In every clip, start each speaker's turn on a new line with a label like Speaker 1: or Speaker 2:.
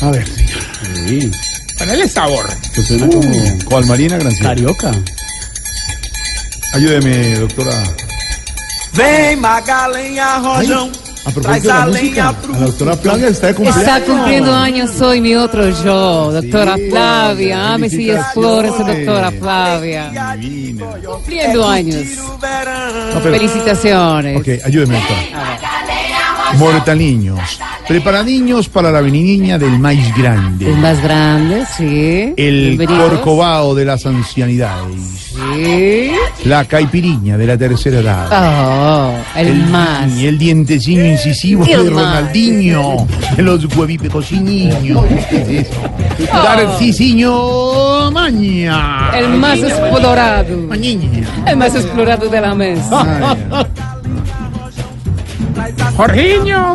Speaker 1: A ver, señor.
Speaker 2: Sí,
Speaker 1: Ponele sabor.
Speaker 2: que suena
Speaker 3: Uh.
Speaker 2: como... Uh, ¿Cuál Marina Granciera?
Speaker 3: Carioca.
Speaker 2: Ayúdeme, doctora.
Speaker 4: Vem, magalinha, rojão.
Speaker 2: A
Speaker 4: traz
Speaker 2: propósito de
Speaker 4: a
Speaker 2: la música,
Speaker 4: lenha pro
Speaker 2: la doctora Flavia está de cumpleaños.
Speaker 5: Está cumpliendo años hoy mi otro yo, doctora
Speaker 2: Sí,
Speaker 5: Flavia. Ah, Ame si es flores,
Speaker 2: felicitaciones.
Speaker 5: doctora
Speaker 4: E
Speaker 5: Flavia.
Speaker 2: Divina.
Speaker 5: Cumpliendo años.
Speaker 4: o verão.
Speaker 2: No, pero-
Speaker 5: Felicitaciones.
Speaker 2: Ok, ayúdeme, doctora. Mortaliños. Prepara niños para la veniniña del maíz grande.
Speaker 5: El más grande, sí.
Speaker 2: El
Speaker 5: Bienvenidos.
Speaker 2: corcovado de las ancianidades.
Speaker 5: Sí.
Speaker 2: La caipiriña de la tercera edad.
Speaker 5: Oh, el, más.
Speaker 2: Y el dientecillo incisivo de
Speaker 5: El más.
Speaker 2: Ronaldinho. de Los huevipecos y niños. Narcisiño Maña.
Speaker 5: El más explorado.
Speaker 2: Mañiña.
Speaker 5: El más explorado de la mesa.
Speaker 2: Ay,
Speaker 1: Jorgiño.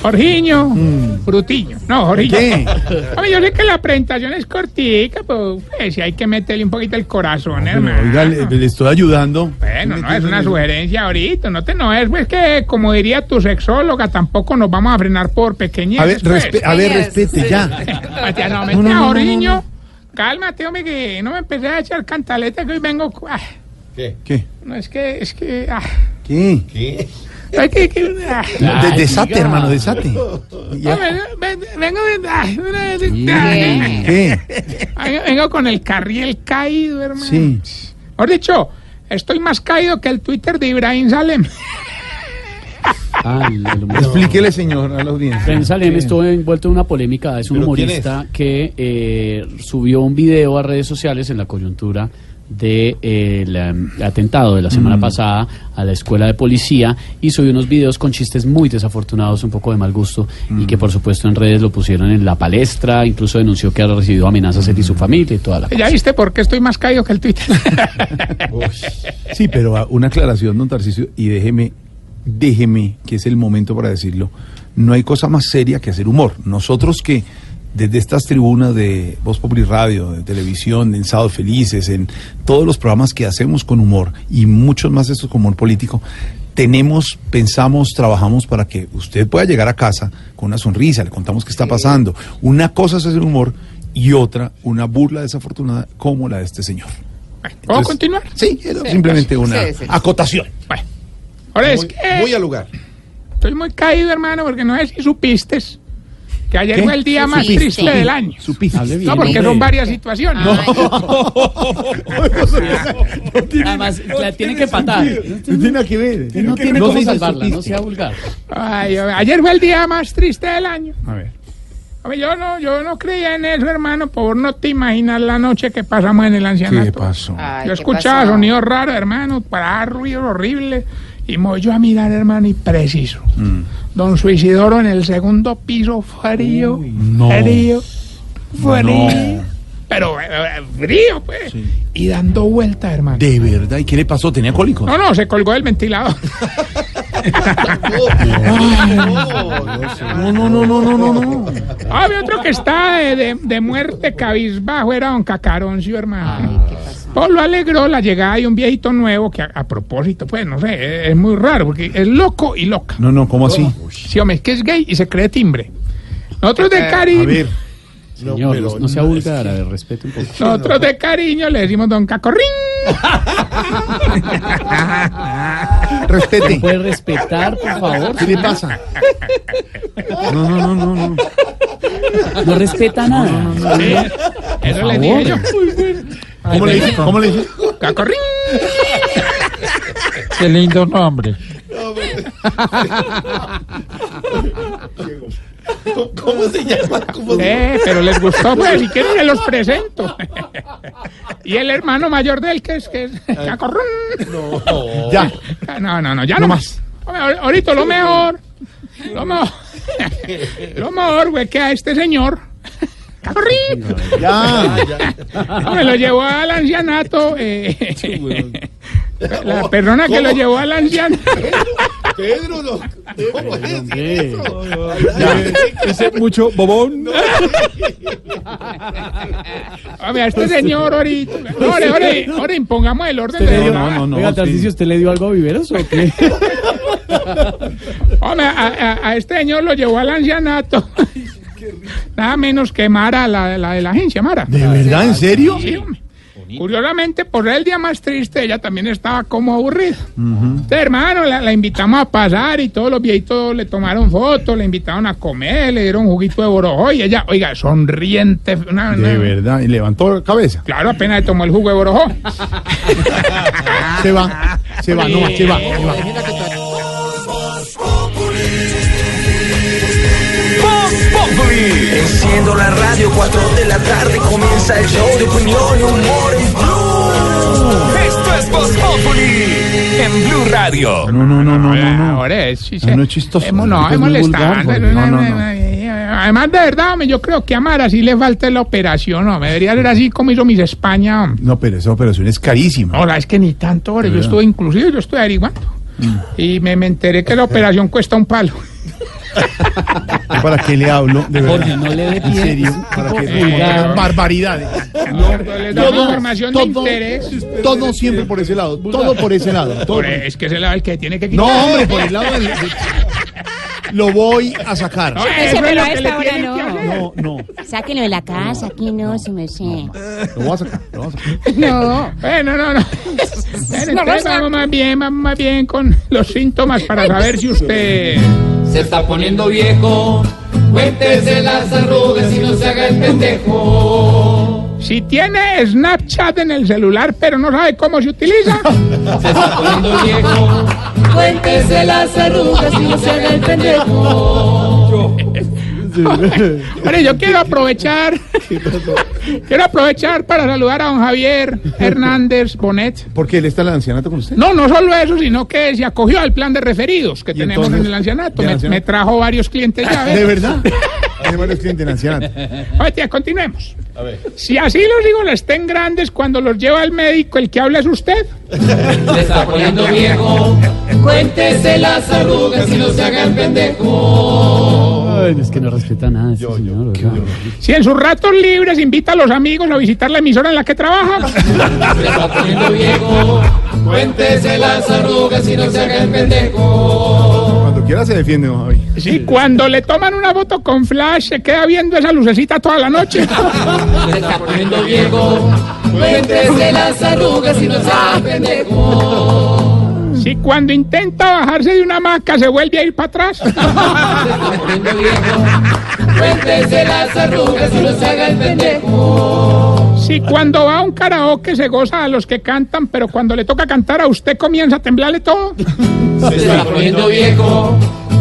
Speaker 1: Jorgiño. Frutiño. No, Jorgiño.
Speaker 2: Mm. ¿Qué?
Speaker 1: Hombre, yo sé que la presentación es cortica, pero pues, sí hay que meterle un poquito el corazón, hermano.
Speaker 2: Oiga, le, le estoy ayudando.
Speaker 1: Bueno, no, es una
Speaker 2: Métele.
Speaker 1: sugerencia ahorita, no te no es, pues que como diría tu sexóloga, tampoco nos vamos a frenar por pequeñez. pues.
Speaker 2: A ver, respe- a ver, respete ya.
Speaker 1: no, me
Speaker 2: No, no, no, no,
Speaker 1: ahoriño.
Speaker 2: no.
Speaker 1: Cálmate, hombre, que no me empecé a echar cantaleta que hoy vengo. ah,
Speaker 2: ¿Qué?
Speaker 1: no, es que, es que. ah,
Speaker 2: ¿Qué?
Speaker 1: no, es que- que, ah,
Speaker 2: De- desate, hermano, desate. Ya.
Speaker 1: hombre, ven- vengo, ah,
Speaker 5: Bien.
Speaker 2: ¿Qué?
Speaker 1: vengo- vengo con el carril caído, hermano.
Speaker 2: Sí.
Speaker 1: Mejor dicho, estoy más caído que el Twitter de Ibrahim Salem.
Speaker 3: Ah, el- el humorista.
Speaker 2: Explíquele, señor, a la audiencia.
Speaker 3: Ben Salem
Speaker 2: ¿Qué?
Speaker 3: estuvo envuelto en una polémica. Es un humorista que eh, subió un video a redes sociales en la coyuntura del de, eh, el, em, atentado de la semana pasada a la escuela de policía y subió unos videos con chistes muy desafortunados, un poco de mal gusto y que por supuesto en redes lo pusieron en la palestra, incluso denunció que ha recibido amenazas él y su familia y toda la cosa.
Speaker 1: ¿Ya viste por qué estoy más caído que el Twitter?
Speaker 2: Sí, pero ah, una aclaración, don Tarcisio, y déjeme, déjeme, que es el momento para decirlo. No hay cosa más seria que hacer humor. Nosotros que desde estas tribunas de Voz Populi Radio, de televisión, en Sábado Felices, en todos los programas que hacemos con humor y muchos más de estos con humor político, tenemos, pensamos, trabajamos para que usted pueda llegar a casa con una sonrisa, le contamos qué está pasando. Una cosa es hacer humor y otra, una burla desafortunada como la de este señor.
Speaker 1: ¿Puedo
Speaker 2: Entonces,
Speaker 1: continuar?
Speaker 2: Sí, era simplemente una
Speaker 5: Sí, sí.
Speaker 2: acotación.
Speaker 1: Bueno, ahora es
Speaker 2: Voy-
Speaker 1: que
Speaker 2: Voy al lugar.
Speaker 1: estoy muy caído, hermano, porque no sé si supiste que ayer
Speaker 2: ¿Qué?
Speaker 1: fue el día más
Speaker 2: Supiste.
Speaker 1: triste del año.
Speaker 2: Supiste.
Speaker 3: Hable bien,
Speaker 1: No, porque
Speaker 3: hombre.
Speaker 1: son varias situaciones.
Speaker 3: Además, la tiene que patar.
Speaker 2: No tiene que ver.
Speaker 3: No tiene
Speaker 2: No
Speaker 3: cómo
Speaker 2: se dice
Speaker 3: salvarla, no
Speaker 2: supiste.
Speaker 3: sea vulgar.
Speaker 1: Ay, hombre, ayer fue el día más triste del año.
Speaker 2: A ver.
Speaker 1: Hombre, yo no, yo no creía en eso, hermano, por no te imaginas la noche que pasamos en el ancianato.
Speaker 2: ¿Qué pasó?
Speaker 1: Yo escuchaba sonidos raros, hermano, para ruidos horribles. Y me voy yo a mirar, hermano, y preciso.
Speaker 2: Mm.
Speaker 1: Don Suicidoro en el segundo piso, frío,
Speaker 2: no.
Speaker 1: frío, frío.
Speaker 2: No.
Speaker 1: Pero eh, eh, frío, pues. Y dando vueltas, hermano.
Speaker 2: De verdad, ¿y qué le pasó? ¿Tenía cólico?
Speaker 1: No, no, se colgó el ventilador.
Speaker 2: No, no, no, no, no, no, no.
Speaker 1: Había otro que está de, de- de muerte cabizbajo, era don Cacaroncio, hermano. Pues lo alegró la llegada de un viejito nuevo que, a, a propósito, pues, no sé, es, es muy raro, porque es loco y loca.
Speaker 2: No, no, ¿cómo así?
Speaker 1: Sí, hombre, es que es gay y se cree timbre. Nosotros de
Speaker 2: A
Speaker 1: cariño,
Speaker 2: ver.
Speaker 3: Señor, no, sea vulgar, a ver, respete un poco.
Speaker 1: nosotros de cariño le decimos don Cacorrín.
Speaker 2: Respete.
Speaker 3: ¿Puede respetar, por favor?
Speaker 2: ¿Qué le pasa? No, no, no, no, no.
Speaker 3: No respeta nada.
Speaker 1: Sí, eso Eh, le dije yo.
Speaker 2: ¿Cómo le dice? ¿Cómo le dice?
Speaker 1: Cacorrín.
Speaker 6: Qué lindo nombre.
Speaker 1: Eh, pero les gustó, pues, si quieren se los presento. y el hermano mayor de él, que es, que es Cacorrún.
Speaker 2: Ya.
Speaker 1: No, no, no, ya no, más. Hombre, ahor- ahorita lo mejor, lo mejor, lo mejor, güey, que a este señor, Cacorrín,
Speaker 2: Ya.
Speaker 1: me lo llevó al ancianato, eh, la persona que lo llevó al ancianato.
Speaker 2: Dice mucho bobón.
Speaker 1: Hombre, a este señor ahorita, ore, ore, ore, impongamos el orden. de-
Speaker 2: No, no, no.
Speaker 3: Oiga, Tarcisio,
Speaker 2: sí.
Speaker 3: ¿usted le dio algo a Viveros o qué?
Speaker 1: Hombre, a, a- a este señor lo llevó al ancianato. Nada menos que Mara, la, de- la de la agencia, Mara.
Speaker 2: ¿De verdad? ¿En serio?
Speaker 1: Sí, hombre. Curiosamente, por ser el día más triste, ella también estaba como aburrida. Entonces, hermano, la, la invitamos a pasar y todos los viejitos le tomaron fotos, le invitaron a comer, le dieron un juguito de borojo y ella, oiga, sonriente. una- una-
Speaker 2: De verdad. Y levantó la cabeza.
Speaker 1: Claro, apenas le tomó el jugo de borojo.
Speaker 2: Se va. Se va, no más, se va. se va.
Speaker 4: Voz Populi.
Speaker 6: Enciendo la radio, 4 de la tarde comienza el show de opinión y humor en Blue.
Speaker 4: Esto es Voz Populi en Blue Radio.
Speaker 2: No, no, no, no, no. no.
Speaker 1: Ahora es, sí,
Speaker 2: No, no es chistoso,
Speaker 1: hemos- no,
Speaker 2: es
Speaker 1: es
Speaker 2: muy
Speaker 1: molestante,
Speaker 2: vulgar,
Speaker 1: no,
Speaker 2: Jorge.
Speaker 1: no,
Speaker 2: No,
Speaker 1: no,
Speaker 2: no,
Speaker 1: Además, de verdad, hombre, yo creo que a Mara sí le falta la operación, no, me debería ser así como hizo mis España, hombre.
Speaker 2: No, pero esa operación es carísima.
Speaker 1: Ahora, es que ni tanto, hombre, yo
Speaker 2: verdad.
Speaker 1: estuve, inclusive, yo estoy averiguando. Y me, me enteré que la operación cuesta un palo.
Speaker 2: ¿Para qué le hablo? De verdad.
Speaker 3: Jorge, no le dé
Speaker 2: ¿En
Speaker 3: pie.
Speaker 2: serio? ¿Para qué?
Speaker 1: vulgar.
Speaker 2: Barbaridades.
Speaker 1: Les damos información de interés.
Speaker 2: todo siempre por ese lado. Todo por ese lado. todo
Speaker 1: Por- e-
Speaker 2: por-
Speaker 1: Es que es el, el que tiene que quitar.
Speaker 2: No, hombre, por el lado del. de- Lo voy a sacar.
Speaker 1: No, eso
Speaker 5: Ese
Speaker 1: es
Speaker 5: pelo
Speaker 1: lo
Speaker 5: a
Speaker 1: que
Speaker 5: esta
Speaker 1: le
Speaker 5: hora
Speaker 1: tienen que
Speaker 5: no.
Speaker 1: hacer.
Speaker 2: No, no.
Speaker 7: Sáquenlo de la casa, aquí no, se me sé.
Speaker 2: Lo voy a sacar. Lo voy a sacar.
Speaker 1: No, bueno, no, no. Bueno, entonces vamos más bien, vamos más bien con los síntomas para saber si usted.
Speaker 8: Se está poniendo viejo, cuéntese las arrugas y no se haga el pendejo.
Speaker 1: Si tiene Snapchat en el celular, pero no sabe cómo se utiliza.
Speaker 8: Se está poniendo viejo, cuéntese las arrugas y no se haga el pendejo.
Speaker 1: Bueno, yo quiero aprovechar. quiero aprovechar para saludar a don Javier Hernández Bonet.
Speaker 2: Porque él está en el ancianato con usted.
Speaker 1: No, no solo eso, sino que se acogió al plan de referidos que
Speaker 2: ¿Y
Speaker 1: tenemos
Speaker 2: entonces?
Speaker 1: en el ancianato.
Speaker 2: ¿De
Speaker 1: Me,
Speaker 2: ancianato?
Speaker 1: me trajo varios clientes ya. ¿ves?
Speaker 2: De verdad. Tiene varios clientes en el ancianato.
Speaker 1: Oye, tía, continuemos. Si así los digo, les estén grandes cuando los lleva el médico, el que habla es usted.
Speaker 8: Se está poniendo viejo, cuéntese las arrugas y no se haga el pendejo.
Speaker 3: Ay, es que no respeta nada este señor, ¿verdad?
Speaker 1: Si en sus ratos libres invita a los amigos a visitar la emisora en la que trabaja.
Speaker 8: Se está poniendo viejo, cuéntese las arrugas y no se haga el pendejo.
Speaker 2: Cuando quiera se defiende, don Javi.
Speaker 1: Si cuando le toman una foto con flash, se queda viendo esa lucecita toda la noche.
Speaker 8: Se está poniendo viejo, cuéntese las arrugas y no se haga el pendejo.
Speaker 1: Si cuando intenta bajarse de una hamaca, se vuelve a ir para atrás.
Speaker 8: Se está poniendo viejo, cuéntese las arrugas y no se haga el pendejo.
Speaker 1: Si cuando va a un karaoke, se goza a los que cantan, pero cuando le toca cantar a usted, comienza a temblarle todo.
Speaker 8: Se está poniendo viejo,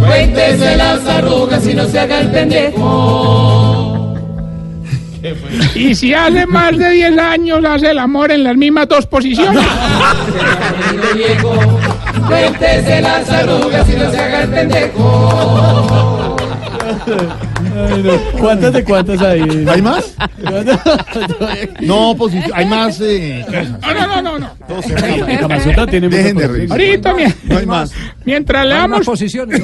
Speaker 8: cuéntese las arrugas y no se haga el pendejo.
Speaker 1: Y si hace más de 10 años, hace el amor en las mismas dos posiciones.
Speaker 8: Poniendo viejo, cuéntese las arrugas y no se haga el pendejo.
Speaker 3: ¿Cuántas de cuántas hay?
Speaker 2: ¿Hay más? No, pues hay más. eh, cosas.
Speaker 1: No, no, no, no. no.
Speaker 3: Camasutra tiene muchas
Speaker 2: Dejen de
Speaker 3: cosas.
Speaker 2: reírse.
Speaker 1: Ahorita, mi-
Speaker 2: No hay más.
Speaker 1: mientras le damos.
Speaker 3: posiciones.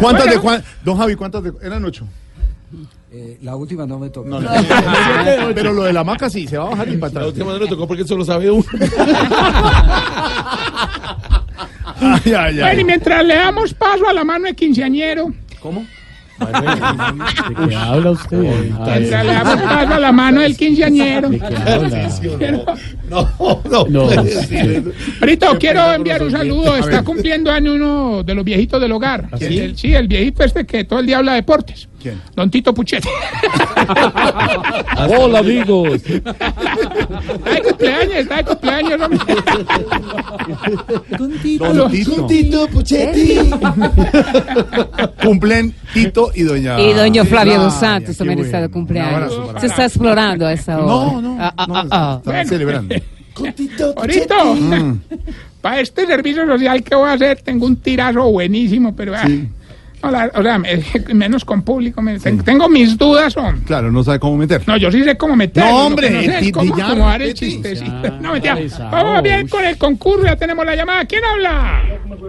Speaker 2: ¿Cuántas de cuántas? Don Javi, ¿cuántas de Eran ocho.
Speaker 9: Eh, la última no me tocó.
Speaker 2: Pero lo de la maca sí, se va a bajar y para atrás. Ay, ay,
Speaker 1: Bueno, y
Speaker 2: ay.
Speaker 1: mientras le damos paso a la mano de quinceañero,
Speaker 3: ¿De qué habla usted? Ay,
Speaker 1: mientras le damos paso a la mano del quinceañero.
Speaker 3: ¿De qué habla?
Speaker 2: No,
Speaker 3: No.
Speaker 1: Brito, quiero enviar un saludo. Está cumpliendo año uno de los viejitos del hogar. El- el- sí, el viejito este que todo el día habla de deportes.
Speaker 2: ¿Quién?
Speaker 1: Don Tito Puchete.
Speaker 3: Hola, amigos.
Speaker 1: Está de cumpleaños, está de cumpleaños. hombre.
Speaker 2: Don Tito. Cumplen Tito y Doña.
Speaker 5: Y doño Flavio dos
Speaker 2: Flavia,
Speaker 5: Santos también
Speaker 2: qué
Speaker 5: está de
Speaker 2: bueno.
Speaker 5: cumpleaños.
Speaker 2: Un abrazo
Speaker 5: Se está explorando a esta hora.
Speaker 2: No, no,
Speaker 5: Ah, ah,
Speaker 2: no,
Speaker 5: ah, ah.
Speaker 2: están celebrando.
Speaker 1: Brito, para este servicio social que voy a hacer, tengo un tirazo buenísimo, pero. ah, no, la- o sea, me- menos con público. me- ten- Tengo mis dudas, hombre.
Speaker 2: Claro, no sabe cómo meter.
Speaker 1: No, yo sí sé cómo meterlo.
Speaker 2: No,
Speaker 1: lo
Speaker 2: hombre,
Speaker 1: que no sé es
Speaker 2: di-
Speaker 1: cómo
Speaker 2: di ya,
Speaker 1: acomodar el
Speaker 2: respete.
Speaker 1: chiste. sí.
Speaker 3: Ya,
Speaker 1: No, mentira.
Speaker 3: avisa,
Speaker 1: Vamos bien
Speaker 3: uy.
Speaker 1: con el concurso, ya tenemos la llamada. ¿Quién habla?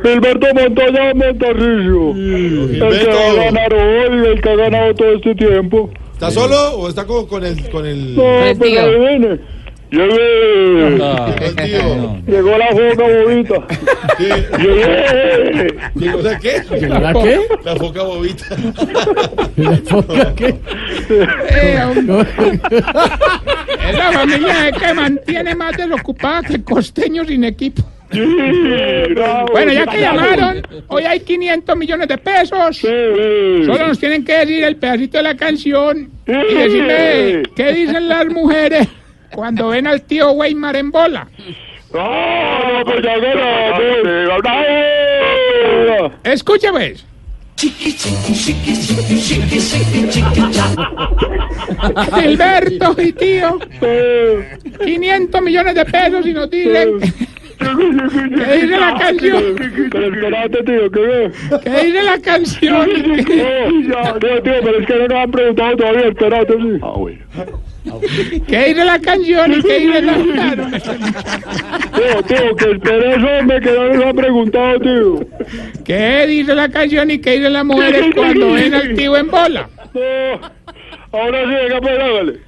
Speaker 10: Gilberto Montoya Montarrillo. El que va a ganar hoy, el que ha ganado todo este tiempo.
Speaker 2: ¿Está solo o está con, el, con el.?
Speaker 10: No,
Speaker 5: Pues,
Speaker 10: pues
Speaker 5: tío.
Speaker 10: adivine. Llegué. Llegó la foca bobita. Llegué.
Speaker 11: ¿Llegó la qué?
Speaker 3: ¿Llegó la qué?
Speaker 11: La foca bobita.
Speaker 3: ¿La foca qué?
Speaker 1: Eh, hombre. es la familia de que mantiene más desocupada que costeños sin equipo.
Speaker 10: Sí, bravo.
Speaker 1: Bueno, ya que llamaron, hoy hay 500 millones de pesos.
Speaker 10: Sí.
Speaker 1: Solo nos tienen que decir el pedacito de la canción y decirme qué dicen las mujeres cuando ven al tío Weimar en bola.
Speaker 10: No, no, pues ya que no, pues, bravo.
Speaker 1: Escucha, pues. Gilberto y tío,
Speaker 10: pues.
Speaker 1: 500 millones de pesos y nos dicen, ¿qué dice la canción?
Speaker 10: Pero espérate, tío, ¿qué
Speaker 1: ¿Qué dice la canción?
Speaker 10: No, ya, no, tío, pero es que no nos han preguntado todavía, espérate, sí. Ah, bueno.
Speaker 1: ¿Qué dice la canción? ¿Y qué dice la
Speaker 10: Tío, tío, que espere eso, hombre, que no nos han preguntado, tío.
Speaker 1: ¿Qué dice la canción y qué dicen las mujeres cuando ven al tío en bola?
Speaker 10: No. Ahora sí, venga, pues, hágale.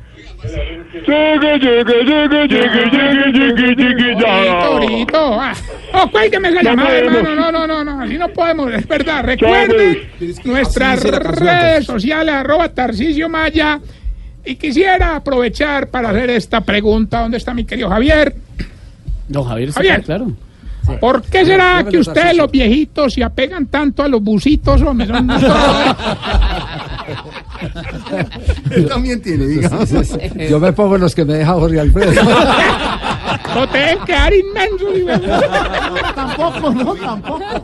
Speaker 10: Llegue, llegue, llegue, llegue, llegue, llegue, llegue, ya.
Speaker 1: Torito, ah. Oh, cuélgueme esa llamada,
Speaker 10: podemos.
Speaker 1: hermano. No, no, no, no. Así no podemos. Es verdad. Recuerden nuestras redes sociales, arroba Tarcisio Maya. Y quisiera aprovechar para hacer esta pregunta. ¿Dónde está mi querido Javier?
Speaker 3: Don Javier, está
Speaker 1: Javier.
Speaker 3: claro.
Speaker 1: ¿Por qué será
Speaker 9: llévelo,
Speaker 1: que ustedes,
Speaker 9: Tarcisio.
Speaker 1: los viejitos, se apegan tanto a los busitos? hombre? Son todos-
Speaker 2: Él también tiene, digamos.
Speaker 9: Yo me pongo los que me deja Jorge Alfredo.
Speaker 1: No te deben quedar inmensos. y-
Speaker 2: Tampoco, no, tampoco.